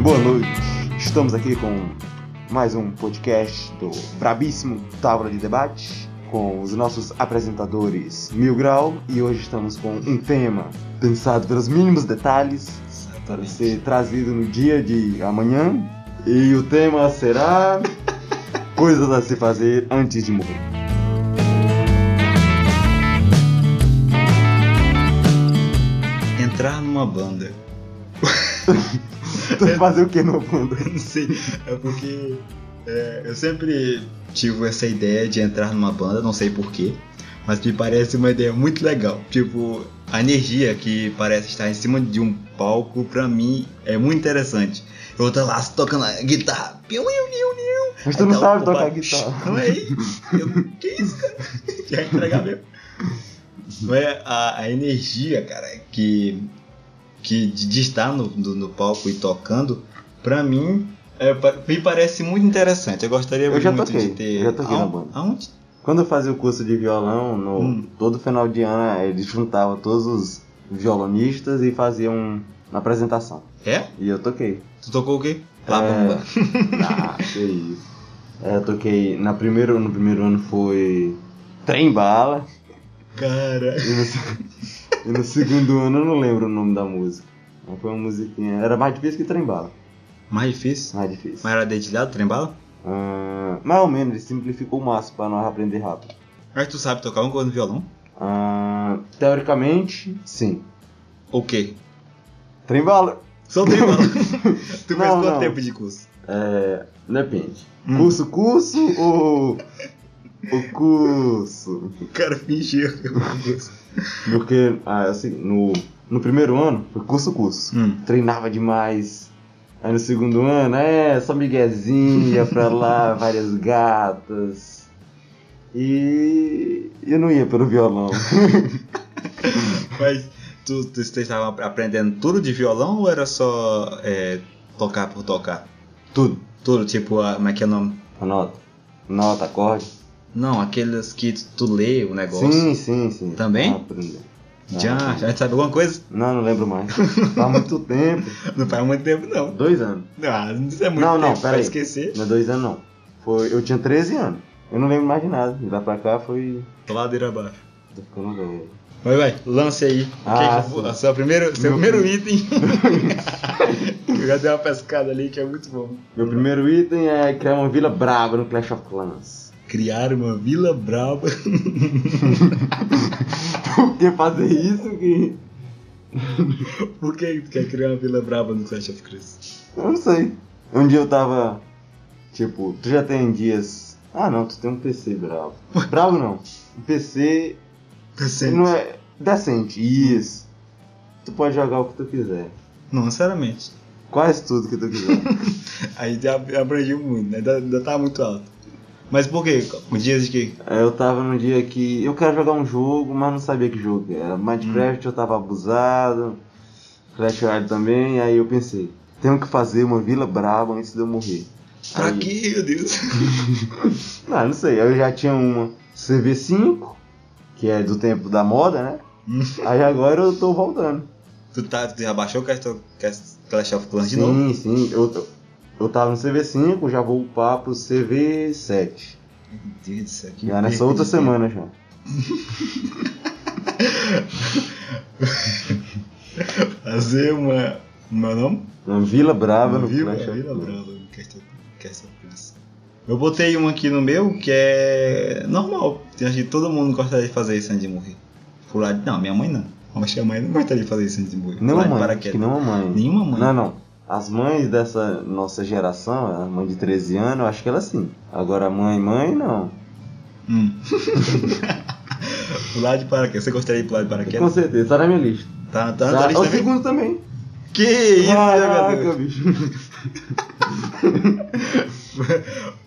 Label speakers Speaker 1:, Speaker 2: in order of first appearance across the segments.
Speaker 1: boa noite. Estamos aqui com mais um podcast do brabíssimo Tábua de Debate com os nossos apresentadores Mil Grau e hoje estamos com um tema pensado pelos mínimos detalhes para ser trazido no dia de amanhã e o tema será coisas a se fazer antes de morrer.
Speaker 2: Entrar numa banda.
Speaker 1: Tu vai fazer o que no fundo?
Speaker 2: Eu não sei, é porque é, eu sempre tive essa ideia de entrar numa banda, não sei porquê, mas me parece uma ideia muito legal. Tipo, a energia que parece estar em cima de um palco, pra mim, é muito interessante. Eu tô lá tocando a guitarra. piu, iu, iu, iu.
Speaker 1: Mas tu
Speaker 2: Aí
Speaker 1: não
Speaker 2: tá o
Speaker 1: sabe tocar
Speaker 2: compadre,
Speaker 1: guitarra.
Speaker 2: Não é isso? Eu, que isso, cara? Já entregar mesmo. Não é a, a energia, cara, que, que de, de estar no, no, no palco e tocando, pra mim, é, pa- me parece muito interessante. Eu gostaria
Speaker 1: Eu já
Speaker 2: muito
Speaker 1: toquei,
Speaker 2: de ter.
Speaker 1: eu já toquei na
Speaker 2: Aon-
Speaker 1: banda.
Speaker 2: Aonde?
Speaker 1: Quando eu fazia o curso de violão, no,
Speaker 2: Hum.
Speaker 1: todo final de ano é, eles juntavam todos os violonistas e faziam uma apresentação.
Speaker 2: É?
Speaker 1: E eu toquei.
Speaker 2: Tu tocou o quê? La
Speaker 1: É.
Speaker 2: Bamba.
Speaker 1: Ah, que isso. É, eu toquei. Na primeiro, no primeiro ano foi Trem Bala.
Speaker 2: Cara.
Speaker 1: E no, se- e no segundo ano eu não lembro o nome da música. Mas foi uma musiquinha. Era mais difícil que Trem Bala.
Speaker 2: Mais difícil?
Speaker 1: Mais difícil.
Speaker 2: Mas era dedilhado, trembala?
Speaker 1: Ah, mais ou menos, ele simplificou o máximo pra nós aprender rápido.
Speaker 2: Mas tu sabe tocar alguma coisa no violão?
Speaker 1: Ah, teoricamente, sim.
Speaker 2: O quê?
Speaker 1: Trem Bala.
Speaker 2: Só trembala. tu fez
Speaker 1: Não,
Speaker 2: quanto
Speaker 1: não.
Speaker 2: tempo de curso?
Speaker 1: É, depende.
Speaker 2: Hum.
Speaker 1: Curso, curso ou. O curso.
Speaker 2: O cara fingiu que eu fiz.
Speaker 1: Porque, ah, assim, no, no primeiro ano, foi curso, curso.
Speaker 2: Hum.
Speaker 1: Treinava demais. Aí no segundo ano, é, só miguezinho, ia pra lá, várias gatas. E eu não ia pelo violão.
Speaker 2: Mas tu, tu estava aprendendo tudo de violão ou era só é, tocar por tocar?
Speaker 1: Tudo.
Speaker 2: Tudo, tipo, a, como é que é o nome?
Speaker 1: Anota. Nota, acorde.
Speaker 2: Não, aqueles que tu, tu lê o negócio.
Speaker 1: Sim, Ah. sim, sim.
Speaker 2: Também?
Speaker 1: Ah, aprendi.
Speaker 2: Já, já sabe alguma coisa?
Speaker 1: Não, não lembro mais. Faz muito tempo.
Speaker 2: Não faz muito tempo, não.
Speaker 1: Dois anos.
Speaker 2: Ah, isso é muito
Speaker 1: Não, não,
Speaker 2: tempo pra
Speaker 1: peraí.
Speaker 2: esquecer.
Speaker 1: Não é dois anos não. Foi, eu tinha 13 anos. Eu não lembro mais de nada. De lá pra cá foi.
Speaker 2: Ladeira abaixo.
Speaker 1: Tô ficando doido.
Speaker 2: Vai, vai, lance aí. O
Speaker 1: Ah,
Speaker 2: que que eu vou-
Speaker 1: sim. Hum.
Speaker 2: a sua primeiro,
Speaker 1: Meu
Speaker 2: seu primeiro item. eu já dei uma pescada ali que é muito bom.
Speaker 1: Meu primeiro item é criar uma vila brava no Clash of Clans.
Speaker 2: Criar uma vila braba.
Speaker 1: Por que fazer isso que.
Speaker 2: Por que tu quer criar uma vila braba no Clash of Clans?
Speaker 1: Eu não sei. Um dia eu tava. Tipo, tu já tem dias. Ah não, tu tem um PC bravo. Bravo não. Um PC
Speaker 2: Pensei,
Speaker 1: não é. Decente. Isso. Tu pode jogar o que tu quiser.
Speaker 2: Não, sinceramente.
Speaker 1: Quase tudo que tu quiser.
Speaker 2: Aí já abrangiu muito, né? Ainda, ainda tá muito alto. Mas por quê? Com dias de quê?
Speaker 1: Aí Eu tava num dia que eu quero jogar um jogo, mas não sabia que jogo que era.
Speaker 2: Hum.
Speaker 1: Minecraft eu tava abusado, Clash Royale também, aí eu pensei, tenho que fazer uma vila braba antes de eu morrer.
Speaker 2: Pra
Speaker 1: Aí- ah,
Speaker 2: quê, meu Deus?
Speaker 1: Não, não sei, aí eu já tinha uma CV5, que é do tempo da moda, né?
Speaker 2: Hum.
Speaker 1: aí agora eu tô voltando.
Speaker 2: tu, tá, tu já baixou o Clash of- Clash- Clash of Clans de novo?
Speaker 1: Sim, sim, eu, eu tava no CV5, já vou upar pro CV7.
Speaker 2: Meu Deus do céu. que
Speaker 1: Já nessa
Speaker 2: perda
Speaker 1: outra
Speaker 2: de tempo.
Speaker 1: semana já.
Speaker 2: Fazer uma. Meu nome?
Speaker 1: Uma Vila Brava no
Speaker 2: Vila,
Speaker 1: Clash of
Speaker 2: Vila
Speaker 1: Clans.
Speaker 2: Brava, questão- questão pensa. Eu botei um aqui no meu que é normal. Eu Acho que todo mundo gostaria de fazer isso antes de morrer. Pular de... Não, minha mãe não. Eu Acho que a mãe não gostaria de fazer isso antes de morrer.
Speaker 1: Não
Speaker 2: Pular
Speaker 1: a
Speaker 2: de
Speaker 1: mãe, acho
Speaker 2: paraquedas.
Speaker 1: que não a mãe.
Speaker 2: Nenhuma mãe.
Speaker 1: Não, não. As mães dessa nossa geração, a mãe de 13 anos, eu acho que ela sim. Agora mãe, mãe, não.
Speaker 2: Hum. pular de paraquedas. Você gostaria de pular de
Speaker 1: Com
Speaker 2: paraquedas?
Speaker 1: certeza, tá na minha lista.
Speaker 2: Tá, tá,
Speaker 1: Tá,
Speaker 2: tá,
Speaker 1: o
Speaker 2: lista mesmo?
Speaker 1: segundo também.
Speaker 2: Que isso, né,
Speaker 1: Caraca,
Speaker 2: jogador?
Speaker 1: bicho.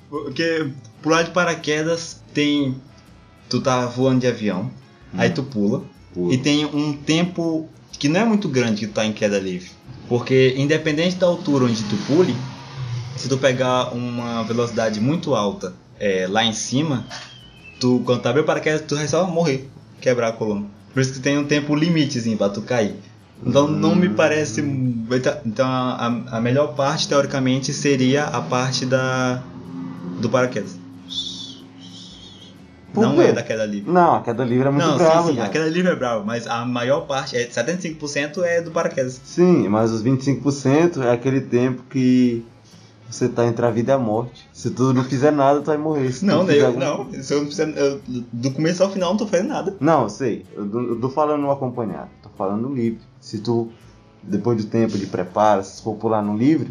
Speaker 2: Porque pular de paraquedas tem. Tu tá voando de avião, aí tu pula. E tem um tempo que não é muito grande que tu tá em queda livre. Porque independente da altura onde tu pule, se tu pegar uma velocidade muito alta é, lá em cima, tu quando tu abrir o paraquedas, tu vai só morrer, quebrar a coluna. Por isso que tem um tempo limitezinho pra tu cair. Então não me parece. Então a, a melhor parte, teoricamente, seria a parte da. do paraquedas.
Speaker 1: Por
Speaker 2: não
Speaker 1: quê?
Speaker 2: é da queda livre.
Speaker 1: Não, a queda livre é muito
Speaker 2: não,
Speaker 1: brava,
Speaker 2: sim, sim,
Speaker 1: cara.
Speaker 2: a queda livre é brava, mas a maior parte, é 75% é do paraquedas.
Speaker 1: Sim, mas os 25% é aquele tempo que você tá entre a vida e a morte. Se tu não fizer nada, tu vai morrer. Se tu
Speaker 2: Não, né,
Speaker 1: fizer
Speaker 2: eu,
Speaker 1: alguma-
Speaker 2: não, isso eu não preciso- eu- do começo ao final eu não tô fazendo nada.
Speaker 1: Não, eu sei. Eu não eu tô falando no acompanhado. Tô falando no livre. Se tu, depois do tempo de preparo, se for pular no livre,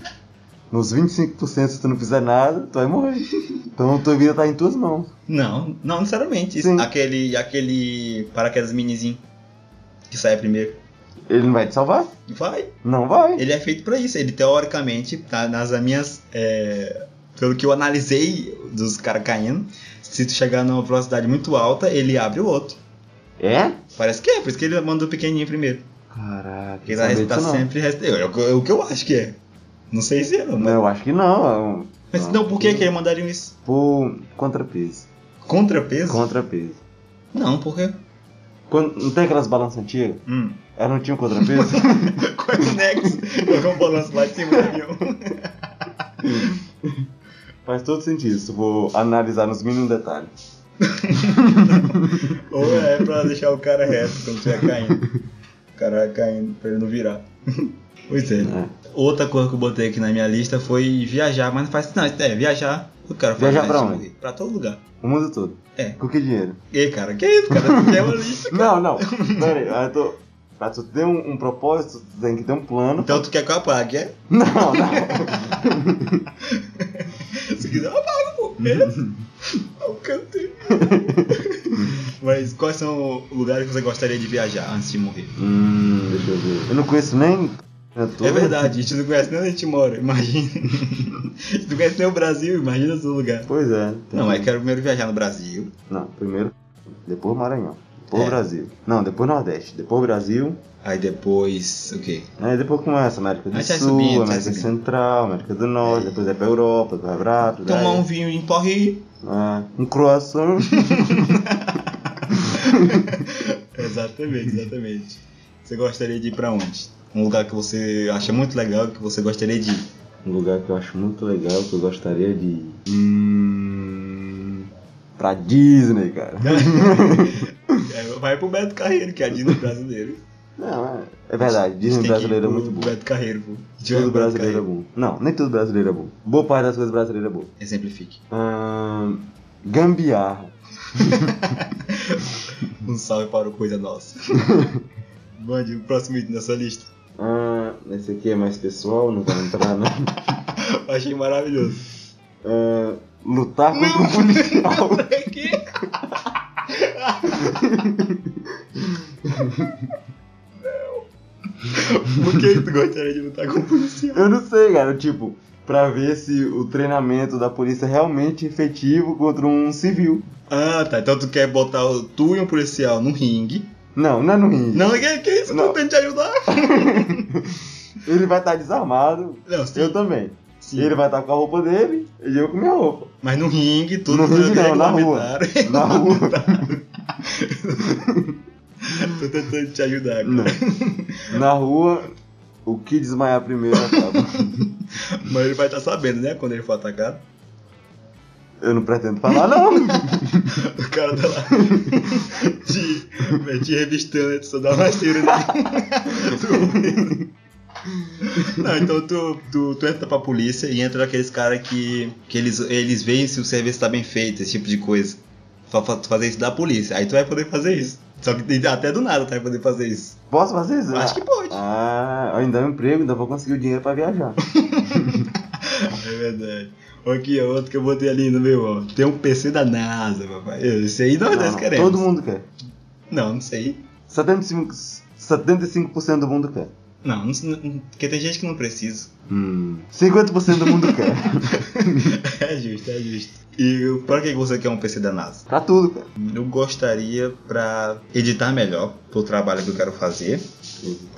Speaker 1: nos 25% se tu não fizer nada, tu vai morrer. Então tua vida tá em tuas mãos.
Speaker 2: Não, não necessariamente. Isso-
Speaker 1: Sim.
Speaker 2: Aquele, aquele paraquedas minizinho que sai primeiro.
Speaker 1: Ele não vai te salvar?
Speaker 2: Vai,
Speaker 1: Não vai.
Speaker 2: ele é feito pra isso. Ele teoricamente, tá nas minhas. é, pelo que eu analisei dos caras caindo, se tu chegar numa velocidade muito alta, ele abre o outro.
Speaker 1: É?
Speaker 2: Parece que é, por isso que ele manda o pequenininho primeiro.
Speaker 1: Caraca,
Speaker 2: Porque
Speaker 1: não
Speaker 2: ele vai
Speaker 1: sabia
Speaker 2: estar
Speaker 1: disso não.
Speaker 2: tá sempre. rest- Eu, eu- o que eu acho que é. Não sei se é, não.
Speaker 1: Não,
Speaker 2: Mas,
Speaker 1: eu acho que não. é um-
Speaker 2: mas então por que, que eles mandariam isso?
Speaker 1: Por contrapeso.
Speaker 2: Contrapeso?
Speaker 1: Contrapeso.
Speaker 2: Não, por quê?
Speaker 1: Quando, não tem aquelas balanças antigas?
Speaker 2: Hum.
Speaker 1: Ela não tinha um contrapeso?
Speaker 2: Connex, jogou um balanço lá de cima do avião.
Speaker 1: Faz todo sentido, se eu vou analisar nos mínimos detalhes.
Speaker 2: Ou é pra deixar o cara reto quando estiver caindo. O cara vai caindo pra ele não virar. Pois é.
Speaker 1: né?
Speaker 2: Outra coisa que eu botei aqui na minha lista foi viajar, mas não faz não, é viajar. O cara faz
Speaker 1: Viajar
Speaker 2: mais
Speaker 1: pra
Speaker 2: isso
Speaker 1: onde?
Speaker 2: aí. Pra todo lugar.
Speaker 1: O mundo todo.
Speaker 2: É.
Speaker 1: Com que dinheiro?
Speaker 2: E cara, que isso, cara? Tu quer uma lista?
Speaker 1: Não, não. Pera aí, eu tô... Pra tu ter um, um propósito, tu tem que ter um plano.
Speaker 2: Então tu quer que eu apague, é?
Speaker 1: Não, não.
Speaker 2: Se quiser, eu apago, um pô. É. Alcantei. Mas quais são os lugares que você gostaria de viajar antes de morrer?
Speaker 1: hum, deixa eu ver. Eu não conheço nem... cantor.
Speaker 2: É verdade, a gente não conhece nem onde a gente mora, imagina. a gente não conhece nem o Brasil, imagina outro lugar.
Speaker 1: Pois é.
Speaker 2: Não, mas quero primeiro viajar no Brasil.
Speaker 1: Não, primeiro... Depois Maranhão. Depois
Speaker 2: É.
Speaker 1: Brasil. Não, depois Nordeste. Depois Brasil.
Speaker 2: Aí depois. O quê?
Speaker 1: Aí depois começa América do
Speaker 2: Aí sai
Speaker 1: Sul,
Speaker 2: subindo, sai
Speaker 1: América
Speaker 2: subindo.
Speaker 1: Central, América do Norte. Depois é pra Europa, depois vai pra África.
Speaker 2: Tomar
Speaker 1: daí-
Speaker 2: um vinho em Torre.
Speaker 1: Ah, um croissant.
Speaker 2: Exatamente, exatamente. Você gostaria de ir pra onde? Um lugar que você acha muito legal que você gostaria de ir.
Speaker 1: Um lugar que eu acho muito legal, que eu gostaria de ir. Hum, pra Disney, cara.
Speaker 2: É, vai pro Beto Carreiro, que é a Disney brasileira.
Speaker 1: Não, é, é verdade, Disney
Speaker 2: Tem que ir
Speaker 1: brasileiro é
Speaker 2: pro
Speaker 1: muito bom.
Speaker 2: Beto Carreiro, pô. A gente vai
Speaker 1: Tudo
Speaker 2: pro Beto
Speaker 1: brasileiro é bom. Não, nem tudo brasileiro é bom. Boa parte das coisas brasileiras é boa.
Speaker 2: Carreiro. Exemplifique.
Speaker 1: Ahn, gambiarra.
Speaker 2: Um salve para o Coisa Nossa. Mande o próximo item da sua lista.
Speaker 1: Ahn, esse aqui é mais pessoal, não vai entrar, não.
Speaker 2: Achei maravilhoso.
Speaker 1: Ahn, lutar contra um policial.
Speaker 2: Por que tu gostaria de lutar com o policial?
Speaker 1: Eu não sei, cara. Tipo, pra ver se o treinamento da polícia é realmente efetivo contra um civil.
Speaker 2: Ah, tá. Então tu quer botar o- tu e um policial no ringue.
Speaker 1: Não, não é no ringue.
Speaker 2: Não, que, que isso?
Speaker 1: Não.
Speaker 2: Tu tem que te ajudar?
Speaker 1: Ele vai estar desarmado.
Speaker 2: Não, sim.
Speaker 1: Eu também.
Speaker 2: sim.
Speaker 1: Ele vai estar com a roupa dele e eu com minha roupa.
Speaker 2: Mas no ringue, tudo
Speaker 1: No ringue não, na rua.
Speaker 2: regulamentar.
Speaker 1: Na rua.
Speaker 2: Tô tentando te ajudar. cara.
Speaker 1: Não. Na rua, o que desmaiar primeiro é acaba.
Speaker 2: Mas ele vai estar sabendo, né? Quando ele for atacado.
Speaker 1: Eu não pretendo falar, não.
Speaker 2: O cara tá lá te, vai te revistando, né, tu só dá uma tiro nele. Tu- Não, então tu, tu, tu entra pra polícia e entra naqueles caras que, que eles, eles veem se o serviço tá bem feito, esse tipo de coisa. Fa- fa- tu fazer isso da polícia. Aí tu vai poder fazer isso. Só que até do nada tu vai poder fazer isso.
Speaker 1: Posso fazer isso?
Speaker 2: Eu Acho que pode.
Speaker 1: Ah, ainda é um emprego, ainda vou conseguir o dinheiro pra viajar.
Speaker 2: É verdade. Aqui, ó, outro que eu botei ali no meu, ó. Tem um PC da NASA, papai. Esse aí nós
Speaker 1: Não,
Speaker 2: dois
Speaker 1: não,
Speaker 2: queremos.
Speaker 1: Todo mundo quer.
Speaker 2: Não, não sei.
Speaker 1: 75, 75% do mundo quer.
Speaker 2: Não, não, não, porque tem gente que não precisa.
Speaker 1: Hum, 50% do mundo quer.
Speaker 2: É justo, é justo. E eu- pra que você quer um PC da NASA?
Speaker 1: Pra tudo, cara.
Speaker 2: Eu gostaria pra editar melhor pro trabalho que eu quero fazer.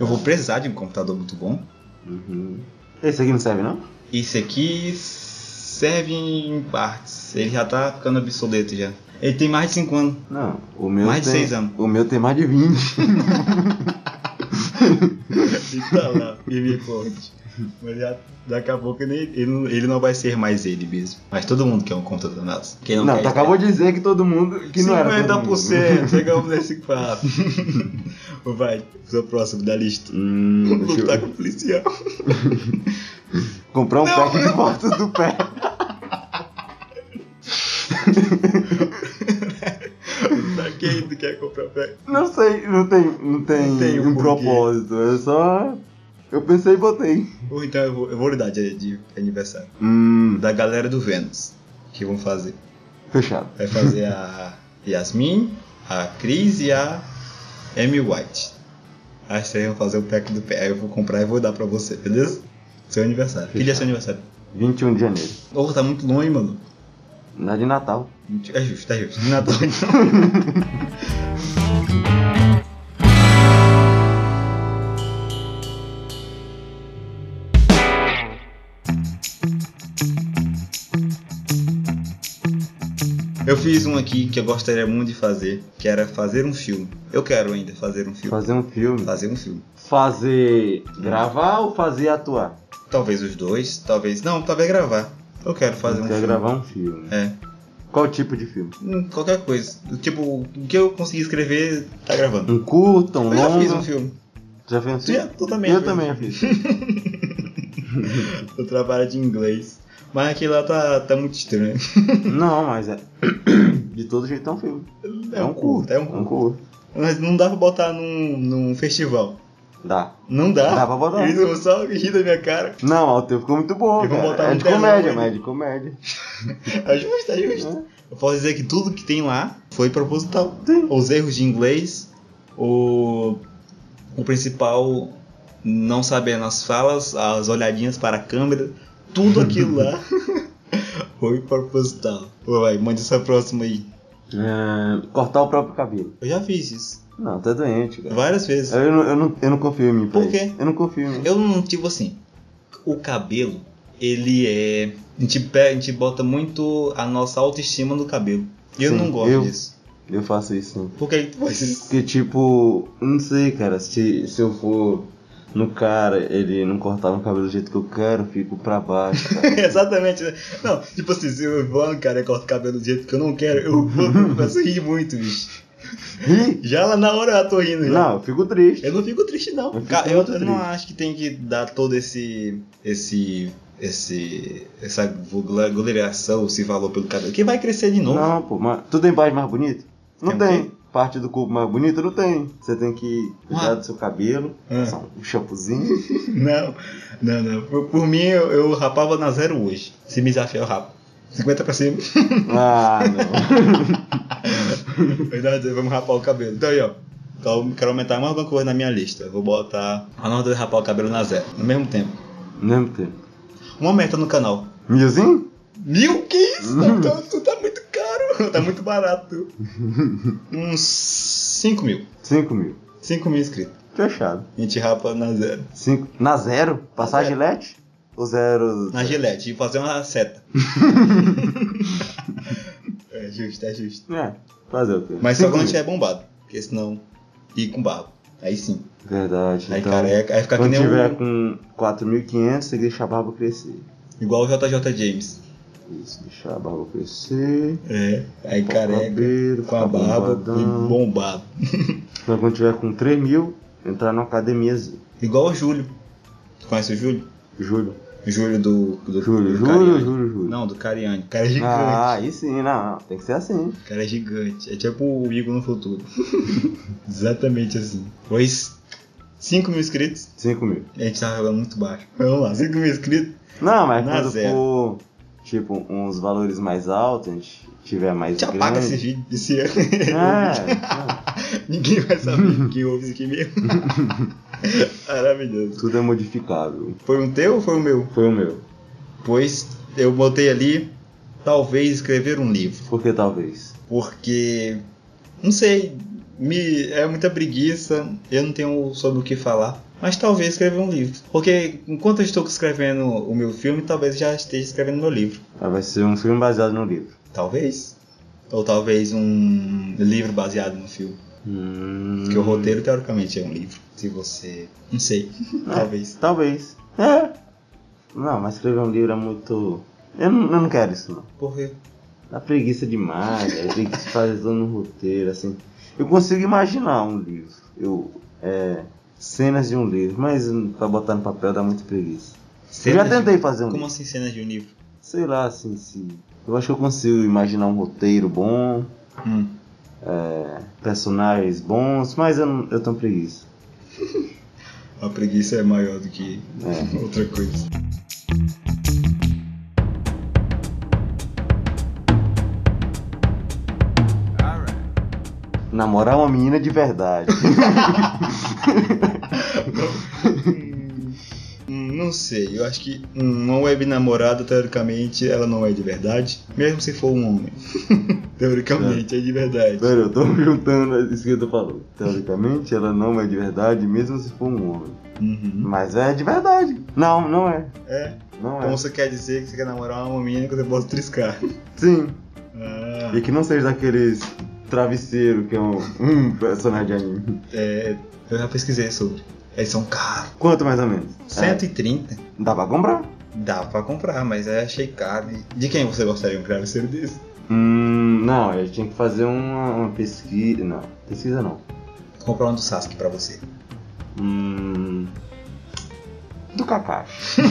Speaker 2: Eu vou precisar de um computador muito bom.
Speaker 1: Uhum. Esse aqui não serve, não?
Speaker 2: Esse aqui serve em partes. Ele já tá ficando obsoleto já. Ele tem mais de 5 anos.
Speaker 1: Não. O meu
Speaker 2: Mais de
Speaker 1: tem,
Speaker 2: seis anos.
Speaker 1: O meu tem mais de 20.
Speaker 2: Fica lá, firme e forte. Mas já, daqui a pouco ele, ele, não- ele não vai ser mais ele mesmo. Mas todo mundo quer um contra do Nelson. Quem não,
Speaker 1: Não,
Speaker 2: quer
Speaker 1: tu acabou de dizer que todo mundo. Que não era. Todo mundo.
Speaker 2: 50%, chegamos nesse papo. vai, sou próximo da lista.
Speaker 1: Hum, deixa eu-
Speaker 2: Lutar com o policial.
Speaker 1: Comprar um
Speaker 2: Não,
Speaker 1: pack de botas do pé.
Speaker 2: pra quem tu tá quer comprar pé?
Speaker 1: Não sei, não tem, não tem,
Speaker 2: Não tem
Speaker 1: um
Speaker 2: porquê.
Speaker 1: propósito. É só. Eu pensei e botei.
Speaker 2: Ou então eu vou, eu vou lhe dar de, de aniversário.
Speaker 1: Hum,
Speaker 2: Da galera do Vênus. Que vão fazer.
Speaker 1: fechado.
Speaker 2: Vai fazer a Yasmin, a Cris e a Amy White. As três vão fazer o pack do pé. Aí eu vou comprar e vou dar pra você, beleza? Seu aniversário. Que dia é seu aniversário?
Speaker 1: 21 de janeiro.
Speaker 2: Oh, tá muito longe, mano.
Speaker 1: Na de Natal.
Speaker 2: É justo, tá justo. Natal então. Eu fiz um aqui que eu gostaria muito de fazer, que era fazer um filme. Eu quero ainda fazer um filme.
Speaker 1: Fazer um filme.
Speaker 2: Fazer um filme.
Speaker 1: Fazer. gravar ou fazer atuar?
Speaker 2: Talvez os dois, talvez. Não, talvez gravar. Eu quero fazer um
Speaker 1: Quer
Speaker 2: filme.
Speaker 1: gravar um filme.
Speaker 2: É.
Speaker 1: Qual tipo de filme?
Speaker 2: Hum, Qualquer coisa. Tipo, o que eu consegui escrever, tá gravando.
Speaker 1: Um curto, um
Speaker 2: Eu já
Speaker 1: longo.
Speaker 2: fiz um filme.
Speaker 1: Já fez um
Speaker 2: Tu
Speaker 1: filme?
Speaker 2: já- tu também né?
Speaker 1: Eu
Speaker 2: fez. um
Speaker 1: também já fiz.
Speaker 2: Eu trabalho de inglês. Mas aquilo lá tá, tá muito estranho.
Speaker 1: Não, mas é. De todo jeito é um filme.
Speaker 2: É um curto, é um curto. Mas não dá pra botar num, num festival.
Speaker 1: Dá.
Speaker 2: Não dá.
Speaker 1: Dá pra botar.
Speaker 2: Eles vão só rir da minha cara.
Speaker 1: Não, ó, o teu ficou muito bom.
Speaker 2: Eu vou
Speaker 1: cara.
Speaker 2: botar
Speaker 1: é
Speaker 2: um
Speaker 1: de
Speaker 2: telão
Speaker 1: comédia,
Speaker 2: aí.
Speaker 1: mas é de comédia.
Speaker 2: É justo, é justo.
Speaker 1: né?
Speaker 2: Eu posso dizer que tudo que tem lá foi proposital.
Speaker 1: Sim.
Speaker 2: Os erros de inglês, o, o principal não sabendo as falas, as olhadinhas para a câmera, tudo aquilo lá foi proposital. Vai, manda essa próxima aí.
Speaker 1: É, cortar o próprio cabelo.
Speaker 2: Eu já fiz isso
Speaker 1: Não, tá doente, cara.
Speaker 2: várias vezes.
Speaker 1: Eu não, eu, não, eu não confio em mim. pra
Speaker 2: Por
Speaker 1: isso.
Speaker 2: quê?
Speaker 1: Eu não confio em mim.
Speaker 2: Eu não, tipo assim, o cabelo, ele é. A gente, pe- a gente bota muito a nossa autoestima no cabelo. E eu
Speaker 1: Sim,
Speaker 2: não gosto
Speaker 1: eu-
Speaker 2: disso.
Speaker 1: Eu faço isso. sim.
Speaker 2: Por que que tu faz isso?
Speaker 1: Porque, tipo, não sei, cara. Se, se eu for no cara, ele não cortar meu cabelo do jeito que eu quero, eu fico pra baixo. cara.
Speaker 2: Exatamente. né? Não, tipo assim, se eu vou lá no cara e corto o cabelo do jeito que eu não quero, eu vou começo a rir muito, bicho.
Speaker 1: Ih,
Speaker 2: Já lá na hora eu tô rindo. já.
Speaker 1: não, eu fico triste.
Speaker 2: Eu não fico triste, não.
Speaker 1: Eu fico
Speaker 2: Ca- Eu,
Speaker 1: muito
Speaker 2: eu não
Speaker 1: triste.
Speaker 2: acho que tem que dar todo esse. esse. esse. essa vulgar- glorificação, esse valor pelo cabelo. Que vai crescer de novo.
Speaker 1: Não, pô, mas tu tem parte mais bonita? Não
Speaker 2: Tem
Speaker 1: tem.
Speaker 2: o
Speaker 1: Parte do corpo mais bonita? Não tem. Você tem que cuidar
Speaker 2: Ah.
Speaker 1: do seu cabelo,
Speaker 2: Ah.
Speaker 1: passar um shampoozinho.
Speaker 2: Não, não, não. Por, por mim, eu, eu rapava na zero hoje. Se me desafiar, eu rapo. 50 pra cima.
Speaker 1: ah, não.
Speaker 2: Verdade, vamos rapar o cabelo. Então aí, ó. Então, quero aumentar mais uma coisa na minha lista. Eu Vou botar a nota de rapar o cabelo na zero, no mesmo tempo.
Speaker 1: Não mesmo tempo.
Speaker 2: Uma meta no canal.
Speaker 1: Milzinho?
Speaker 2: Mil? Que isso? Tu, tu tá muito caro. Tá muito barato. Uns 5 mil.
Speaker 1: 5 mil.
Speaker 2: 5 mil inscritos.
Speaker 1: Fechado.
Speaker 2: A gente rapa na zero.
Speaker 1: Cinco. Na zero? Passar a
Speaker 2: zero.
Speaker 1: gilete? Ou zero?
Speaker 2: Na gilete e fazer uma seta. é justo, é justo.
Speaker 1: É, fazer o quê?
Speaker 2: Mas só
Speaker 1: Cinco
Speaker 2: quando
Speaker 1: mil.
Speaker 2: tiver bombado. Porque senão. E com barba. Aí sim.
Speaker 1: Verdade.
Speaker 2: aí
Speaker 1: então,
Speaker 2: careca. Aí fica que
Speaker 1: quando
Speaker 2: nem um-
Speaker 1: tiver
Speaker 2: o.
Speaker 1: com 4.500, você deixa a barba crescer.
Speaker 2: Igual o JJ James.
Speaker 1: Isso, deixar a barba crescer.
Speaker 2: É. Aí
Speaker 1: Com
Speaker 2: careca.
Speaker 1: cabelo,
Speaker 2: Com a
Speaker 1: ficar
Speaker 2: barba
Speaker 1: bombadão.
Speaker 2: e bombado.
Speaker 1: Então, quando tiver com 3 mil, entrar na academia Z.
Speaker 2: Igual o Júlio. Tu conhece o Júlio?
Speaker 1: Júlio.
Speaker 2: Júlio do. do
Speaker 1: Júlio,
Speaker 2: do
Speaker 1: Júlio,
Speaker 2: Cariani.
Speaker 1: Júlio, Júlio.
Speaker 2: Não, do Cariani. O cara
Speaker 1: Ah,
Speaker 2: é gigante.
Speaker 1: aí sim, não, não, tem que ser assim.
Speaker 2: O cara é gigante. É tipo o Igor no futuro. Exatamente assim. Pois. 5 mil inscritos.
Speaker 1: 5 mil.
Speaker 2: A gente tava jogando muito baixo. Vamos lá, 5 mil inscritos.
Speaker 1: Não, mas
Speaker 2: Na
Speaker 1: quando
Speaker 2: zero.
Speaker 1: for, tipo, uns valores mais altos, a gente tiver
Speaker 2: A
Speaker 1: mais
Speaker 2: gente apaga
Speaker 1: grande. Ah.
Speaker 2: esse vídeo esse ano.
Speaker 1: É,
Speaker 2: Ninguém vai saber quem ouve isso aqui mesmo.
Speaker 1: é,
Speaker 2: Maravilhoso.
Speaker 1: tudo é modificável.
Speaker 2: Foi um teu ou foi o meu?
Speaker 1: Foi o meu.
Speaker 2: Pois eu botei ali, talvez escrever um livro.
Speaker 1: Por que talvez?
Speaker 2: Porque, não sei, me, é muita preguiça, eu não tenho sobre o que falar. Mas talvez escrever um livro. Porque enquanto eu estou escrevendo o meu filme, talvez já esteja escrevendo meu livro.
Speaker 1: Ah, Vai ser um filme baseado no livro.
Speaker 2: Talvez. Ou talvez um livro baseado no filme.
Speaker 1: Hum.
Speaker 2: Porque o roteiro, teoricamente, é um livro. Se você. Não sei. Talvez.
Speaker 1: Talvez. É. Não, mas escrever um livro é muito. Eu não, eu não quero isso, não.
Speaker 2: Porque.
Speaker 1: Dá preguiça demais, cara. Tem que fazer todo um roteiro, assim. Eu consigo imaginar um livro. Eu. É, cenas de um livro, mas pra botar no papel dá muita preguiça. Eu já tentei fazer um
Speaker 2: Como
Speaker 1: livro.
Speaker 2: assim cenas de um livro?
Speaker 1: Sei lá, assim, se. Eu acho que eu consigo imaginar um roteiro bom,
Speaker 2: Hum.
Speaker 1: é, personagens bons, mas eu, não, eu tenho preguiça.
Speaker 2: A preguiça é maior do que
Speaker 1: É.
Speaker 2: outra coisa.
Speaker 1: Namorar uma menina de verdade.
Speaker 2: Hum, Não sei, eu acho que um, uma web namorada, teoricamente, ela não é de verdade, mesmo se for um homem. teoricamente, é de verdade.
Speaker 1: Pera, eu tô juntando isso que tu falou. Teoricamente, ela não é de verdade, mesmo se for um homem.
Speaker 2: Uhum.
Speaker 1: Mas é de verdade. Não, não é.
Speaker 2: É.
Speaker 1: Não é.
Speaker 2: Então você quer dizer que você quer namorar uma menina que você possa triscar.
Speaker 1: Sim.
Speaker 2: Ah,
Speaker 1: E que não seja daqueles travesseiro que é um, um personagem de anime.
Speaker 2: é, eu já pesquisei sobre. Eles são caros.
Speaker 1: Quanto mais ou menos?
Speaker 2: 130
Speaker 1: É, dá pra comprar?
Speaker 2: dá pra comprar, mas eu achei caro. E De quem você gostaria de um travesseiro desse?
Speaker 1: Hum, não, eu tinha que fazer uma, uma pesquisa. Não, pesquisa não.
Speaker 2: Vou comprar um do Sasuke pra você.
Speaker 1: Hum. Do Kakashi.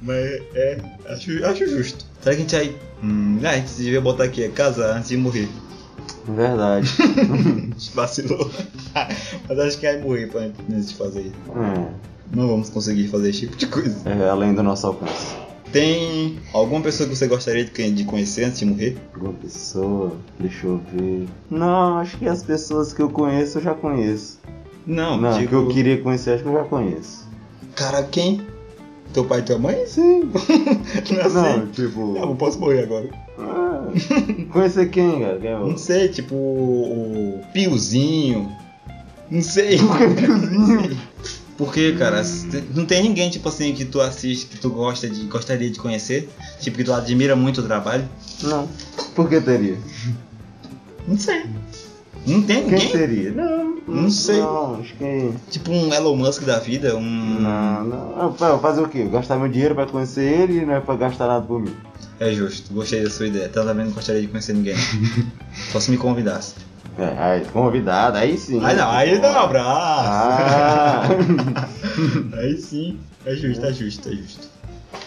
Speaker 2: Mas é, acho, acho justo. Será que a gente aí. Hum, ah, a gente devia botar aqui, é casar antes de morrer.
Speaker 1: Verdade.
Speaker 2: Vacilou. Mas acho que vai morrer pra gente fazer isso.
Speaker 1: é,
Speaker 2: Não vamos conseguir fazer esse tipo de coisa.
Speaker 1: é além do nosso alcance.
Speaker 2: Tem alguma pessoa que você gostaria de conhe- de conhecer antes de morrer?
Speaker 1: Alguma pessoa, deixa eu ver. Não, acho que as pessoas que eu conheço eu já conheço.
Speaker 2: Não,
Speaker 1: Não, tipo-
Speaker 2: digo,
Speaker 1: que eu queria conhecer, acho que eu já conheço.
Speaker 2: Cara, quem? Teu pai e tua mãe?
Speaker 1: Sim,
Speaker 2: Não, sei.
Speaker 1: não, tipo.
Speaker 2: Não, eu posso morrer agora.
Speaker 1: ah, conhecer quem, cara? Quem é o-
Speaker 2: Não sei, tipo o Piozinho. Não sei. Porque, cara, se- não tem ninguém, tipo assim, que tu assiste, que tu gosta de, gostaria de conhecer, tipo, que tu admira muito o trabalho.
Speaker 1: Não. Por que teria?
Speaker 2: Não sei. Não tem
Speaker 1: Quem
Speaker 2: ninguém?
Speaker 1: seria? Não,
Speaker 2: Não sei.
Speaker 1: Não, acho que.
Speaker 2: Tipo um Elon Musk da vida, um.
Speaker 1: Não, não. Ah, pá, Fazer o quê? Gastar meu dinheiro pra conhecer ele e não é pra gastar nada por mim.
Speaker 2: É justo, gostei da sua ideia. Tá vendo? Não gostaria de conhecer ninguém. Só se me convidasse.
Speaker 1: É, aí, convidado, aí sim.
Speaker 2: Aí não, aí dá um abraço.
Speaker 1: Ah!
Speaker 2: Aí sim. É justo, é justo, é justo.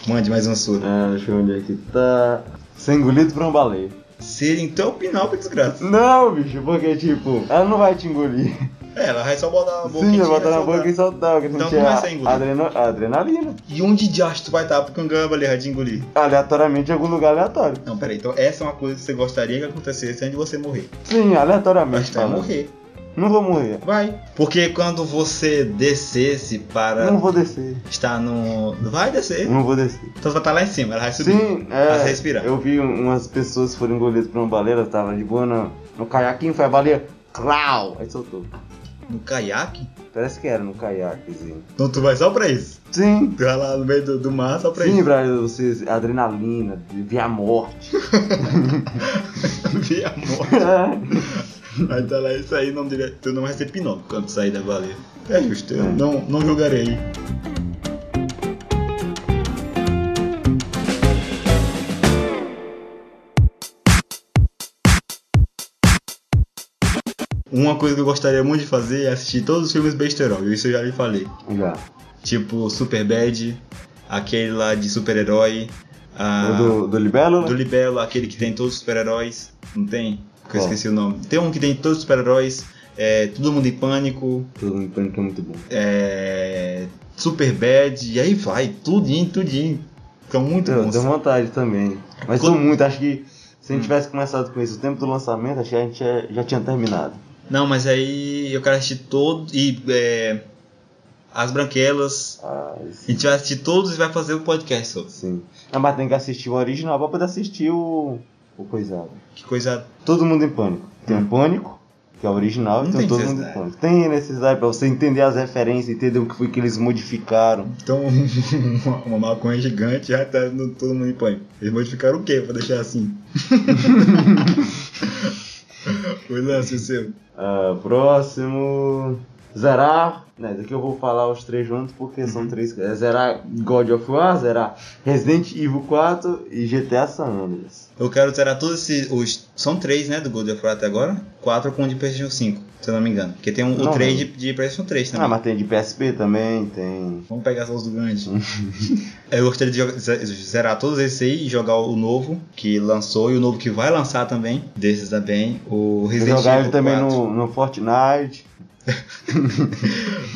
Speaker 2: Mande mais uma sua.
Speaker 1: ah, deixa eu ver onde é que tá. Ser engolido por um baleia.
Speaker 2: Ser então pinal pra desgraça.
Speaker 1: Não, bicho, porque tipo, ela não vai te engolir.
Speaker 2: É, ela vai só botar a boca
Speaker 1: Sim, ela botar na boca e soltar, porque
Speaker 2: Então
Speaker 1: sentir
Speaker 2: como
Speaker 1: a,
Speaker 2: é ser engolido?
Speaker 1: adreno- a adrenalina.
Speaker 2: E onde de tu vai estar porque um gamba ali vai te engolir?
Speaker 1: Aleatoriamente em algum lugar aleatório.
Speaker 2: Não, peraí, então essa é uma coisa que você gostaria que acontecesse antes de você morrer.
Speaker 1: Sim,
Speaker 2: Mas
Speaker 1: aleatoriamente.
Speaker 2: tu vai
Speaker 1: falando.
Speaker 2: morrer.
Speaker 1: Não vou morrer.
Speaker 2: Vai. Porque quando você descesse para
Speaker 1: Não vou descer.
Speaker 2: estar no. Vai descer.
Speaker 1: Não vou descer.
Speaker 2: Então você vai estar lá em cima, ela vai subir. Tá
Speaker 1: Sim,
Speaker 2: Pra
Speaker 1: é,
Speaker 2: se respirar.
Speaker 1: eu vi umas pessoas que foram engolidas por uma baleia, elas tava de boa no, no caiaquinho, foi a baleia, clau, aí soltou.
Speaker 2: No caiaque?
Speaker 1: Parece que era no caiaquezinho.
Speaker 2: Então tu vai só pra isso.
Speaker 1: Sim,
Speaker 2: Tu vai lá no meio do, do mar só pra
Speaker 1: sim,
Speaker 2: isso.
Speaker 1: pra vocês, adrenalina, de ver a morte.
Speaker 2: Vê a morte. Aí tá lá, isso aí não deveria. Tu não vai ser pinóquio quando sair da baleia. É justo, eu
Speaker 1: É.
Speaker 2: não, não julgarei. Uma coisa que eu gostaria muito de fazer é assistir todos os filmes besterol, isso eu já lhe falei.
Speaker 1: Já.
Speaker 2: Tipo Superbad, aquele lá de super-herói, a-
Speaker 1: O É do, do Libelo?
Speaker 2: do Libelo, aquele que tem todos os super-heróis, não tem? Que eu
Speaker 1: Qual?
Speaker 2: esqueci o nome. Tem um que tem todos os super-heróis, é, Todo Mundo em Pânico,
Speaker 1: Todo mundo pânico é muito bom.
Speaker 2: é, Superbad, e aí vai, tudinho, tudinho. Fica muito
Speaker 1: Então, Eu
Speaker 2: bom. assim.
Speaker 1: tenho
Speaker 2: sabe?
Speaker 1: vontade também. Mas
Speaker 2: Quando-
Speaker 1: sou muito, acho que se a gente tivesse começado com isso o tempo do lançamento, acho que a gente já, já tinha terminado.
Speaker 2: Não, mas aí eu quero assistir todo e é, As Branquelas.
Speaker 1: Ah,
Speaker 2: A gente vai assistir todos e vai fazer o podcast sobre.
Speaker 1: sim. Ah, mas tem que assistir o original pra poder assistir o, o coisado.
Speaker 2: Que coisa.
Speaker 1: Todo mundo em pânico. Tem o pânico, que é o original, e
Speaker 2: Não
Speaker 1: Hum. tem,
Speaker 2: tem
Speaker 1: todo mundo em
Speaker 2: necessidade.
Speaker 1: pânico. Tem necessidade pra você entender as referências, entender o que foi que eles modificaram.
Speaker 2: Então, uma, uma maconha gigante já tá no, todo mundo em pânico. Eles modificaram o quê pra deixar assim? Foi lance seu.
Speaker 1: Ah, próximo. Zerar. Né, daqui eu vou falar os três juntos porque
Speaker 2: Uhum.
Speaker 1: são três. É zerar God of War, zerar Resident Evil 4 e GTA San Andreas.
Speaker 2: Eu quero zerar todos esses. Os, são três, né? Do God of War até agora. Quatro com o de PlayStation 5, se eu não me engano. Porque tem um,
Speaker 1: Não,
Speaker 2: o 3
Speaker 1: não.
Speaker 2: de, de PlayStation 3 também.
Speaker 1: Ah, mas tem de PSP também, tem.
Speaker 2: Vamos pegar só os do grande. eu gostaria de jogar- ze- zerar todos esses aí e jogar o novo que lançou e o novo que vai lançar também. Desses também. O Resident
Speaker 1: Jogar ele
Speaker 2: Evil
Speaker 1: também
Speaker 2: 4.
Speaker 1: no, no Fortnite.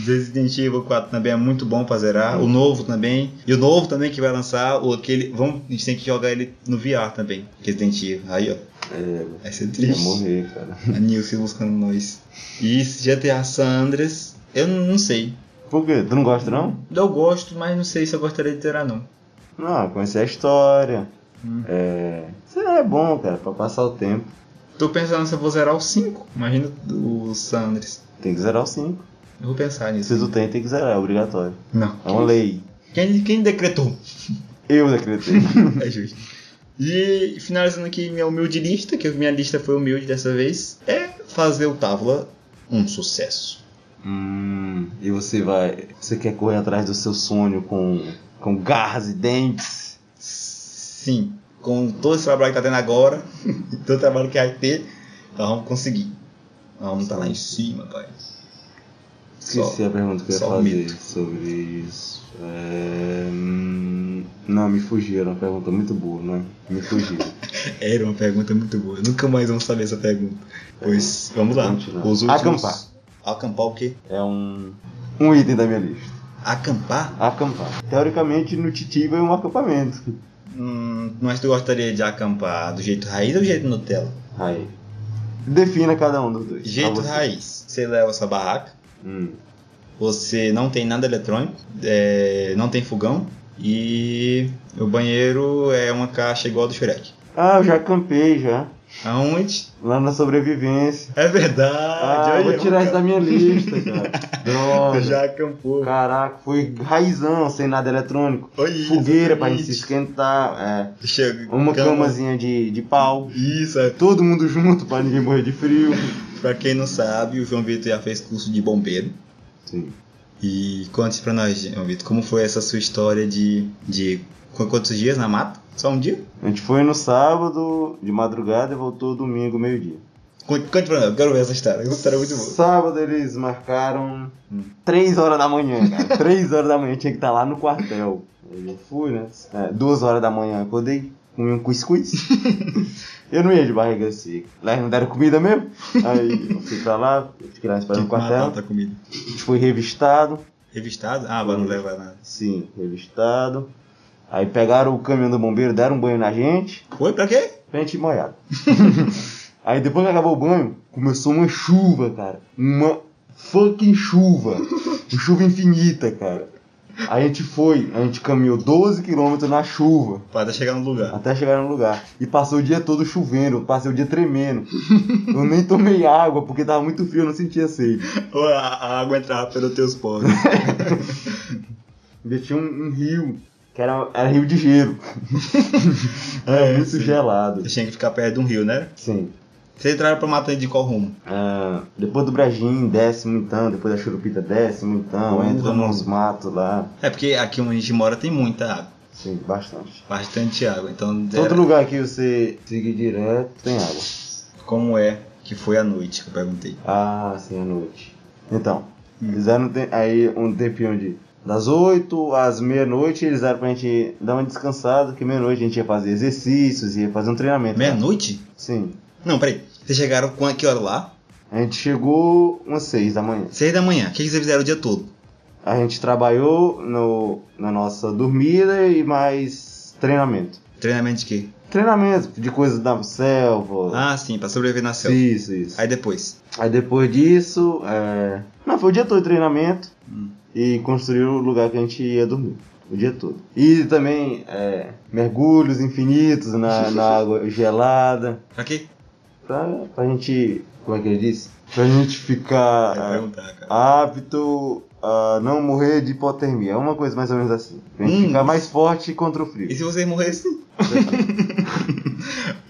Speaker 2: Resident Evil 4 também é muito bom pra zerar. O novo também. E o novo também que vai lançar, o aquele. Vamos, a gente tem que jogar ele no VR também. Resident Evil. Aí, ó.
Speaker 1: É,
Speaker 2: Vai ser
Speaker 1: ia
Speaker 2: triste.
Speaker 1: morrer, cara.
Speaker 2: A Nilce buscando nós. E esse GTA San Andreas, eu n- não sei.
Speaker 1: Por quê? Tu não gosta não?
Speaker 2: Eu gosto, mas não sei se eu gostaria de zerar, não.
Speaker 1: Não, conhecer a história.
Speaker 2: Hum.
Speaker 1: É. Isso é bom, cara, pra passar o tempo.
Speaker 2: Tô pensando se eu vou zerar o 5. Imagina o San Andreas.
Speaker 1: Tem que zerar o 5.
Speaker 2: Eu vou pensar nisso.
Speaker 1: Se tu tem, tem que zerar, é obrigatório.
Speaker 2: Não.
Speaker 1: É uma lei.
Speaker 2: Quem, quem decretou?
Speaker 1: Eu decretei.
Speaker 2: É justo. E finalizando aqui minha humilde lista, que minha lista foi humilde dessa vez, é fazer o Távola um sucesso.
Speaker 1: hum, e você vai. Você quer correr atrás do seu sonho com, com garras e dentes?
Speaker 2: Sim, com todo esse trabalho que tá tendo agora, e todo o trabalho que vai ter, nós vamos conseguir. Nós vamos estar lá em cima, pai.
Speaker 1: Esqueci a pergunta que eu ia
Speaker 2: só
Speaker 1: fazer
Speaker 2: mito.
Speaker 1: sobre isso. É, hum, não, me fugiram. é Uma pergunta muito boa, né? Me fugiram.
Speaker 2: Era uma pergunta muito boa. Nunca mais vamos saber essa pergunta. Pois, vamos lá.
Speaker 1: Continuar.
Speaker 2: Os últimos...
Speaker 1: Acampar.
Speaker 2: Acampar o quê?
Speaker 1: É um, um item da minha lista.
Speaker 2: Acampar?
Speaker 1: Acampar. Teoricamente, no Titiba é um acampamento.
Speaker 2: Hum, mas tu gostaria de acampar do jeito raiz ou do jeito Nutella?
Speaker 1: Aí. Defina cada um dos dois.
Speaker 2: Jeito
Speaker 1: Pra você.
Speaker 2: raiz. Você leva sua barraca,
Speaker 1: Hum.
Speaker 2: você não tem nada eletrônico, é, não tem fogão e o banheiro é uma caixa igual a do Shrek.
Speaker 1: Ah, eu já acampei já.
Speaker 2: Aonde?
Speaker 1: Lá na sobrevivência.
Speaker 2: É verdade.
Speaker 1: Ah, eu
Speaker 2: olha,
Speaker 1: vou tirar isso da
Speaker 2: cara.
Speaker 1: minha lista, cara.
Speaker 2: Tu
Speaker 1: Droga.
Speaker 2: já acampou.
Speaker 1: Caraca, foi raizão, sem nada eletrônico.
Speaker 2: Olha isso,
Speaker 1: Fogueira pra gente se
Speaker 2: gente.
Speaker 1: esquentar. é.
Speaker 2: Chega,
Speaker 1: Uma camazinha de, de pau.
Speaker 2: Isso, é.
Speaker 1: Todo mundo junto pra ninguém morrer de frio.
Speaker 2: pra quem não sabe, o João Vitor já fez curso de bombeiro.
Speaker 1: Sim.
Speaker 2: E conte pra nós, João Vitor, como foi essa sua história de, de qu- quantos dias na mata? Só um dia?
Speaker 1: A gente foi no sábado de madrugada e voltou domingo, meio-dia.
Speaker 2: Conte, conte pra nós, eu quero ver essa história. Essa história é muito boa.
Speaker 1: Sábado eles marcaram
Speaker 2: Hum.
Speaker 1: 3 horas da manhã, cara. 3 horas da manhã tinha que estar lá no quartel. Aí eu fui, né? É, 2 horas da manhã acordei, comi um cuscuz. eu não ia de barriga seca. Lá eles não deram comida mesmo. Aí eu fui pra lá, fiquei lá esperando
Speaker 2: Tinha
Speaker 1: no
Speaker 2: que tá? matar
Speaker 1: quartel.
Speaker 2: outra comida.
Speaker 1: Fui revistado.
Speaker 2: Revistado? Ah, mas não leva nada.
Speaker 1: Sim, revistado. Aí pegaram o caminhão do bombeiro, deram um banho na gente.
Speaker 2: Foi pra quê?
Speaker 1: Pente molhado. Aí depois que acabou o banho, começou uma chuva, cara. Uma fucking chuva. Uma chuva infinita, cara. Aí a gente foi, a gente caminhou 12 km na chuva
Speaker 2: Pra até chegar no lugar.
Speaker 1: até chegar no lugar. E passou o dia todo chovendo, eu passei o dia tremendo. Eu nem tomei água porque tava muito frio, eu não sentia sede.
Speaker 2: Ou a, a água entrava pelos teus poros.
Speaker 1: Ainda tinha um, um rio, que era, era rio de gelo. Era muito
Speaker 2: sim.
Speaker 1: gelado.
Speaker 2: Você tinha que ficar perto de um rio, né?
Speaker 1: Sim.
Speaker 2: Vocês entraram pra matar de qual rumo?
Speaker 1: Ah, depois do Brajim, desce então, depois da Churupita, desce então,
Speaker 2: Uhum.
Speaker 1: entra nos matos lá.
Speaker 2: É porque aqui onde a gente mora tem muita água.
Speaker 1: Sim, bastante.
Speaker 2: Bastante água. Então,
Speaker 1: Todo
Speaker 2: era-
Speaker 1: lugar que você seguir direto tem água.
Speaker 2: como é que foi a noite que eu perguntei?
Speaker 1: Ah, sim, à noite. Então,
Speaker 2: Hum.
Speaker 1: eles deram te- aí um tempinho de. Das 8 às meia-noite, eles deram pra gente dar uma descansada, que meia-noite a gente ia fazer exercícios, ia fazer um treinamento. né?
Speaker 2: Meia-noite?
Speaker 1: Sim.
Speaker 2: Não, peraí. Vocês chegaram com a que hora lá?
Speaker 1: A gente chegou umas 6 da manhã.
Speaker 2: Seis da manhã. O que que vocês fizeram o dia todo?
Speaker 1: A gente trabalhou no, na nossa dormida e mais treinamento.
Speaker 2: Treinamento de quê?
Speaker 1: Treinamento de coisas da selva.
Speaker 2: Ah, sim, pra sobreviver na selva.
Speaker 1: isso, isso. Aí,
Speaker 2: Aí depois.
Speaker 1: depois disso, é... não, foi o dia todo de treinamento
Speaker 2: Hum.
Speaker 1: e construir o lugar que a gente ia dormir. O dia todo. E também é, mergulhos infinitos na, na água gelada.
Speaker 2: Pra quê?
Speaker 1: Pra, pra gente. Como é que ele disse? Pra gente
Speaker 2: Eu ia
Speaker 1: ficar é,
Speaker 2: perguntar, cara.
Speaker 1: apto a não morrer de hipotermia. É uma coisa mais ou menos assim. Pra gente
Speaker 2: Hum.
Speaker 1: ficar mais forte contra o frio.
Speaker 2: E se vocês morressem?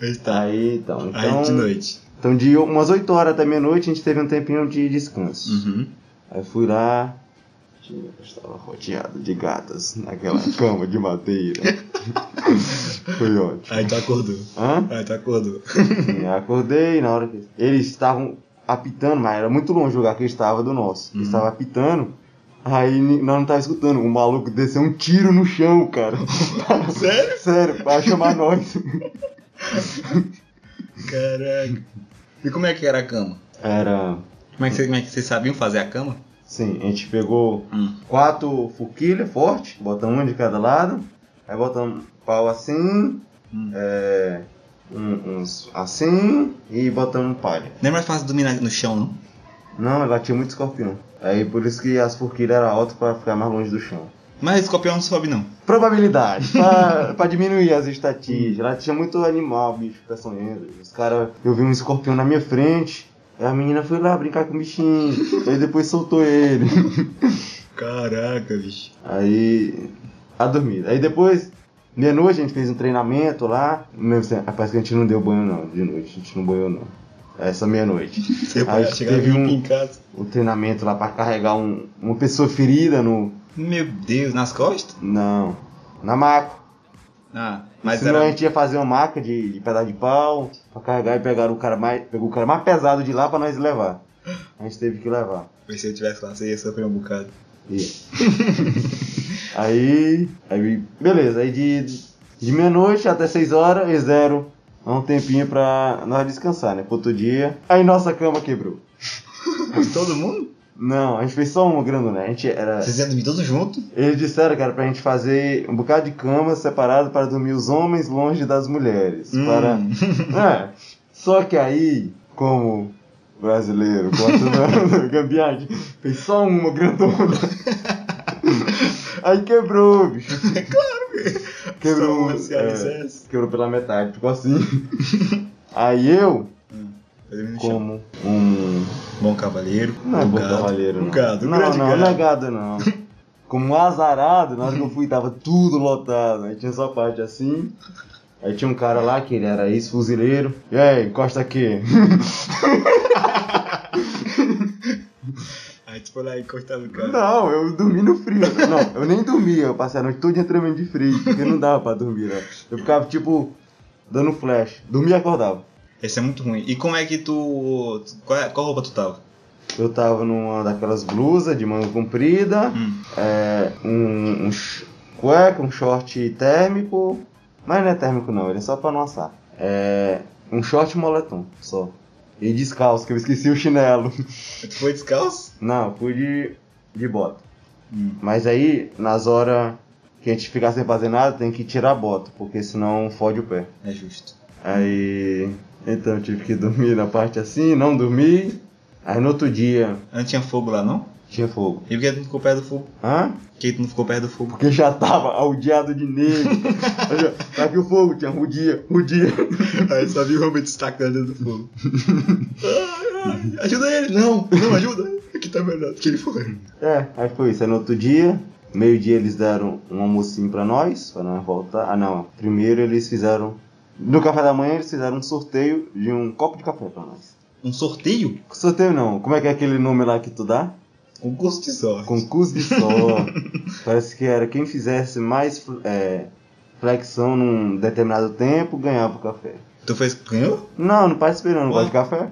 Speaker 2: Aí tá.
Speaker 1: Aí então.
Speaker 2: Aí
Speaker 1: então
Speaker 2: de noite.
Speaker 1: Então, de umas 8 horas até meia-noite, a gente teve um tempinho de descanso.
Speaker 2: Uhum.
Speaker 1: Aí eu fui lá, tinha- eu estava rodeado de gatas naquela cama de madeira. Foi ótimo.
Speaker 2: Aí tu acordou.
Speaker 1: Hã?
Speaker 2: Aí tu acordou.
Speaker 1: Sim, eu acordei na hora que. Eles estavam apitando, mas era muito longe o lugar que eu estava do nosso. Eles
Speaker 2: Uhum.
Speaker 1: estavam apitando, aí ni- nós não tava escutando. O maluco desceu um tiro no chão, cara.
Speaker 2: Sério?
Speaker 1: Sério, pra chamar nós.
Speaker 2: Caraca. E como é que era a cama?
Speaker 1: Era.
Speaker 2: Como é que, cê- como é que vocês sabiam fazer a cama?
Speaker 1: Sim, a gente pegou
Speaker 2: Hum.
Speaker 1: quatro forquilhas fortes, botamos um de cada lado, aí botamos pau assim,
Speaker 2: Hum.
Speaker 1: é, um- uns assim e botamos palha.
Speaker 2: Não é mais fácil dormir na- no chão, não?
Speaker 1: Não, ela tinha muito escorpião. Aí por isso que as forquilhas eram altas pra ficar mais longe do chão.
Speaker 2: Mas escorpião não sobe, não.
Speaker 1: Probabilidade, pra, pra diminuir as estatísticas. Lá tinha muito animal, bicho, fica sonhando. Os caras, eu vi um escorpião na minha frente, aí a menina foi lá brincar com o bichinho, aí depois soltou ele.
Speaker 2: Caraca, bicho.
Speaker 1: Aí. A dormida. Aí depois, meia-noite, a gente fez um treinamento lá. Não lembro se. Rapaz, que a gente não deu banho não, de noite. A gente não banhou não. Essa meia-noite.
Speaker 2: Você
Speaker 1: Aí
Speaker 2: pode chegar
Speaker 1: teve um-
Speaker 2: em casa.
Speaker 1: O treinamento lá pra carregar um- uma pessoa ferida no.
Speaker 2: Meu Deus, nas costas?
Speaker 1: Não. Na maca.
Speaker 2: Ah, mas
Speaker 1: Senão a
Speaker 2: era.
Speaker 1: gente ia fazer uma maca de, de pedaço de pau pra carregar e pegaram o cara mais. Pegou o cara mais pesado de lá pra nós levar. A gente teve que levar.
Speaker 2: Se eu tivesse lá, você ia sofrer um bocado.
Speaker 1: Ia. aí, aí, beleza, aí de, de meia-noite até 6 horas, eles deram um tempinho pra nós descansar, né? Pro outro dia. Aí nossa cama quebrou.
Speaker 2: Todo mundo?
Speaker 1: Não, a gente fez só uma grana, né? A gente era.
Speaker 2: Vocês iam dormir todos juntos?
Speaker 1: Eles disseram que era pra gente fazer um bocado de cama separado para dormir os homens longe das mulheres. Para É, só que aí, como brasileiro, gosta da gambiarra, fez só uma grandona. aí quebrou, bicho. É claro, quebrou. é, quebrou pela metade, ficou assim. aí eu, como
Speaker 2: Como?
Speaker 1: um.
Speaker 2: Bom cavaleiro.
Speaker 1: Não é
Speaker 2: um
Speaker 1: bom
Speaker 2: gado,
Speaker 1: cavaleiro, não.
Speaker 2: Um gado, um
Speaker 1: não,
Speaker 2: grande
Speaker 1: não,
Speaker 2: gado.
Speaker 1: não é gado, não. Como um azarado, na hora que eu fui tava tudo lotado. Aí tinha só parte assim. Aí tinha um cara lá que ele era ex-fuzileiro. E aí, encosta aqui.
Speaker 2: Aí tu foi lá e cortava o cara.
Speaker 1: Não, eu dormi no frio. Não, eu nem dormia, eu passei a noite toda tremendo de frio, porque não dava pra dormir, né? Eu ficava tipo dando flash. Dormia e acordava.
Speaker 2: Esse é muito ruim. E como é que tu. tu- Qual, é- qual roupa tu tava?
Speaker 1: Eu tava numa daquelas blusas de manga comprida,
Speaker 2: Hum.
Speaker 1: é, um, um sh- cueca, um short térmico. Mas não é térmico não, ele é só pra não assar. É, um short e moletom, só. E descalço, que eu esqueci o chinelo.
Speaker 2: Tu foi descalço?
Speaker 1: Não, fui de, de bota. Mas aí, nas horas que a gente ficar sem fazer nada, tem que tirar a bota, porque senão fode o pé.
Speaker 2: É justo.
Speaker 1: Aí. Então eu tive que dormir na parte assim, não dormi. Aí no outro dia
Speaker 2: Não Ah, tinha fogo lá, não?
Speaker 1: tinha fogo.
Speaker 2: E por que tu não ficou perto do fogo?
Speaker 1: Hã?
Speaker 2: Por que tu não ficou perto do fogo?
Speaker 1: Porque já tava aldeado de negro. Tá que o fogo tinha rudia, rudia.
Speaker 2: Aí só vi o Robert destacando do fogo. Ai, ai, ajuda ele! Não, não ajuda! Aqui tá melhor do que ele foi.
Speaker 1: É, aí foi isso. Aí no outro dia, meio-dia eles deram um almocinho pra nós, pra nós voltar. Ah, não. Primeiro eles fizeram. No café da manhã eles fizeram um sorteio de um copo de café pra nós.
Speaker 2: Um sorteio?
Speaker 1: Sorteio não, como é que é aquele nome lá que tu dá?
Speaker 2: Concurso de sorte.
Speaker 1: Concurso de sol. Parece que era quem fizesse mais é, flexão num determinado tempo ganhava o café.
Speaker 2: Tu fez. Ganhou?
Speaker 1: Não, não participei não, não gosto de café.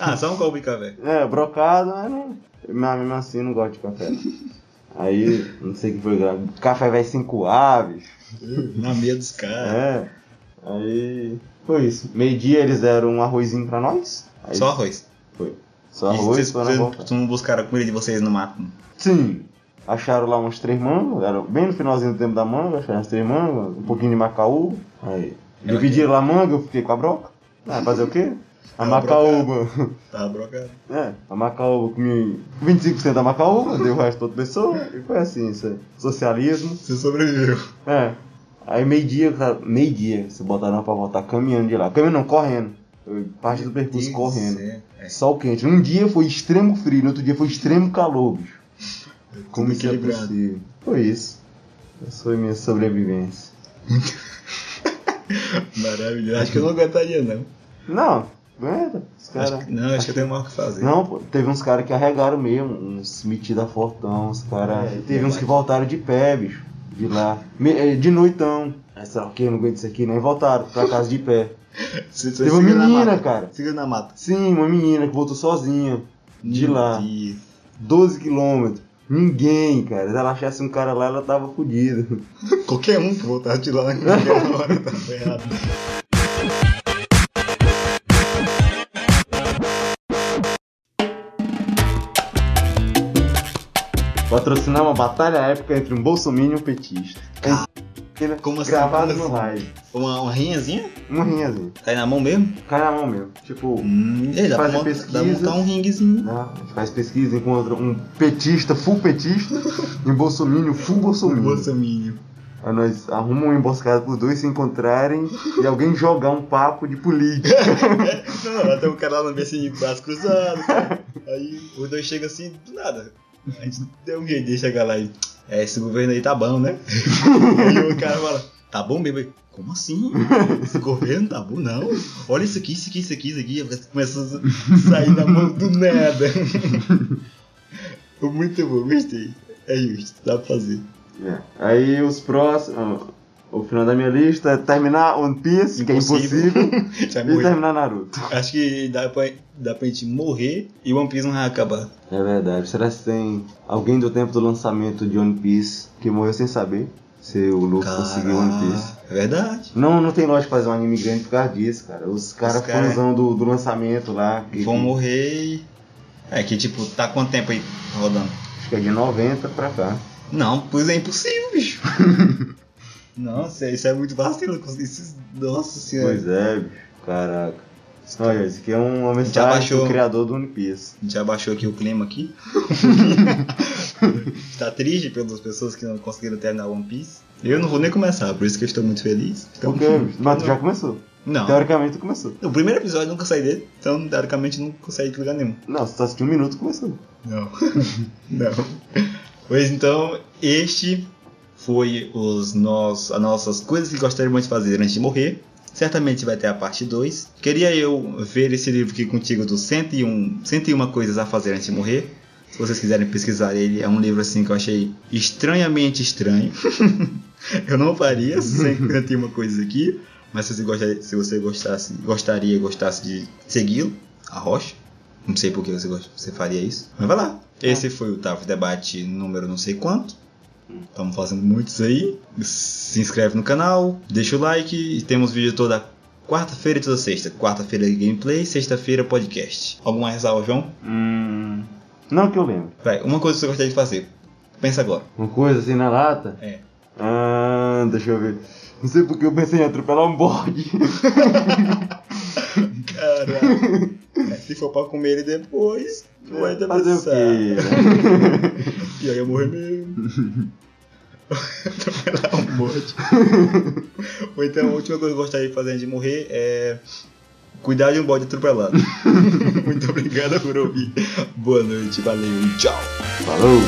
Speaker 2: Ah, só um copo de café.
Speaker 1: É, brocado, mas não. Mas mesmo assim não gosto de café. não. Aí, não sei o que foi grave. Café vai 5 aves.
Speaker 2: Na meia dos caras.
Speaker 1: É. Aí. Foi isso. Meio-dia eles deram um arrozinho pra nós. Aí
Speaker 2: Só arroz.
Speaker 1: Foi. Só
Speaker 2: E
Speaker 1: arroz
Speaker 2: vocês,
Speaker 1: pra nós
Speaker 2: vocês
Speaker 1: voltar.
Speaker 2: não buscaram a comida de vocês no mato?
Speaker 1: Sim. Acharam lá uns três mangos, era bem no finalzinho do tempo da manga, acharam uns três mangos, um pouquinho de macaú. Aí.
Speaker 2: Era
Speaker 1: Dividiram lá a manga, eu fiquei com a broca. Ah, fazer o quê? A
Speaker 2: É, a
Speaker 1: macaúba.
Speaker 2: Tava brocado.
Speaker 1: É, a macaúba comi 25% da macaúba, dei o resto pra outra pessoa, e foi assim, isso aí. Socialismo.
Speaker 2: Você sobreviveu.
Speaker 1: É. Aí meio-dia, cara, meio-dia, se botaram pra voltar caminhando de lá. Caminhando não, correndo. Eu- Parte do percurso correndo.
Speaker 2: É.
Speaker 1: Sol quente. Um dia foi extremo frio, no outro dia foi extremo calor, bicho. Como
Speaker 2: Tudo
Speaker 1: que é
Speaker 2: equilibrado.
Speaker 1: possível? Foi isso. Essa foi minha sobrevivência.
Speaker 2: Maravilhoso. Acho que eu não aguentaria, não.
Speaker 1: Não, É, os caras.
Speaker 2: Acho que- não, acho que tem mal o que fazer.
Speaker 1: Não, pô, teve uns caras que arregaram mesmo, uns metida fortão, uns caras.
Speaker 2: É,
Speaker 1: teve uns
Speaker 2: verdade.
Speaker 1: que voltaram de pé, bicho, de lá. Me- eh, De noitão. Aí, será que eu não aguento isso aqui? Nem voltaram pra casa de pé.
Speaker 2: Você- você
Speaker 1: teve uma
Speaker 2: segura na
Speaker 1: menina,
Speaker 2: mata.
Speaker 1: cara.
Speaker 2: Segura na mata.
Speaker 1: Sim, uma menina que voltou sozinha. De lá.
Speaker 2: E-
Speaker 1: 12 quilômetros. Ninguém, cara. Se ela achasse um cara lá, ela tava fodida.
Speaker 2: Qualquer um que voltar de lá naquela hora tá ferrado.
Speaker 1: Patrocinar uma batalha épica entre um bolsominion e um petista. Ele-
Speaker 2: Como assim?
Speaker 1: Gravado
Speaker 2: Como
Speaker 1: no
Speaker 2: assim?
Speaker 1: live.
Speaker 2: Uma, uma rinhazinha?
Speaker 1: Um ringue assim.
Speaker 2: Cai na mão mesmo?
Speaker 1: Cai na mão mesmo. Tipo,
Speaker 2: Hum, e aí, dá pra
Speaker 1: Fazer
Speaker 2: montar, dá pra
Speaker 1: pesquisas.
Speaker 2: montar um ringuezinho.
Speaker 1: né? a gente faz pesquisa, encontra um petista, full petista, e um bolsominion, full bolsominion.
Speaker 2: Bolsominion.
Speaker 1: Aí nós arrumamos uma emboscada pros dois se encontrarem e alguém jogar um papo de política.
Speaker 2: Não, até o cara lá no assim, de braço cruzado. aí os dois chegam assim, do nada. A gente deu um jeito de chegar lá e. É, esse governo aí tá bom, né? e o cara fala, tá bom mesmo? Eu, Como assim? Esse governo tá bom, não? Olha isso aqui, isso aqui, isso aqui, isso aqui. Começa a sair da mão do nada. Muito bom, gostei. É justo, dá pra fazer.
Speaker 1: É. Aí os próximos. O final da minha lista é terminar One Piece, que é impossível,
Speaker 2: Já
Speaker 1: e
Speaker 2: morreu.
Speaker 1: terminar Naruto.
Speaker 2: Acho que dá pra, dá pra gente morrer e One Piece não vai acabar.
Speaker 1: É verdade. Será que tem alguém do tempo do lançamento de One Piece que morreu sem saber se o Luffy conseguiu One Piece?
Speaker 2: Caraca, É verdade.
Speaker 1: Não, não tem lógica fazer um anime grande por causa disso, cara. Os caras
Speaker 2: Os cara- é
Speaker 1: fãzão do, do lançamento lá. Que,
Speaker 2: Vão morrer e... É que tipo, tá quanto tempo aí rodando?
Speaker 1: Acho que é de 90 pra cá.
Speaker 2: Não, pois é impossível, bicho. Nossa, isso é muito vacilo. Isso, nossa senhora.
Speaker 1: Pois é, bicho. Caraca. Olha, isso aqui é uma mensagem
Speaker 2: abaixou.
Speaker 1: do criador do One Piece.
Speaker 2: A gente abaixou aqui o clima aqui. tá triste pelas pessoas que não conseguiram terminar One Piece. Eu não vou nem começar, por isso que eu estou muito feliz. Então,
Speaker 1: Por quê, bicho? Mas tu já começou.
Speaker 2: Não.
Speaker 1: Teoricamente tu começou.
Speaker 2: O primeiro episódio eu nunca saí dele, então teoricamente eu nunca saí de lugar nenhum.
Speaker 1: Não, se tu assistiu um minuto, começou.
Speaker 2: Não. Não. Pois então, este foi os nós, as nossas coisas que gostaríamos de fazer antes de morrer. Certamente vai ter a parte 2. Queria eu ver esse livro aqui contigo do 101, 101 coisas a fazer antes de morrer. Se vocês quiserem pesquisar ele, é um livro assim que eu achei estranhamente estranho. eu não faria sem ter uma coisa aqui, mas se você gostaria, se você gostasse, gostaria, gostasse de segui-lo, a rocha. Não sei por que você, gosta- você faria isso. Mas vai lá. Esse foi o Tavo Debate número não sei quanto. Estamos fazendo muitos aí. Se inscreve no canal, deixa o like. E temos vídeo toda quarta-feira e toda sexta. Quarta-feira é gameplay, sexta-feira é podcast. Alguma ressalva, João?
Speaker 1: Hum. Não que eu lembro.
Speaker 2: Vai, uma coisa que você gostaria de fazer. Pensa agora.
Speaker 1: Uma coisa assim na lata?
Speaker 2: É.
Speaker 1: Ah, deixa eu ver. Não sei porque eu pensei em atropelar um bode.
Speaker 2: Caralho. É, se for pra comer ele depois, vai ter
Speaker 1: Fazer o quê? né?
Speaker 2: E aí eu morri mesmo. Atropelar um monte. Ou então a última coisa que eu gostaria de fazer antes de morrer é cuidar de um bode atropelado. Muito obrigado por ouvir. Boa noite, valeu e tchau.
Speaker 1: Falou!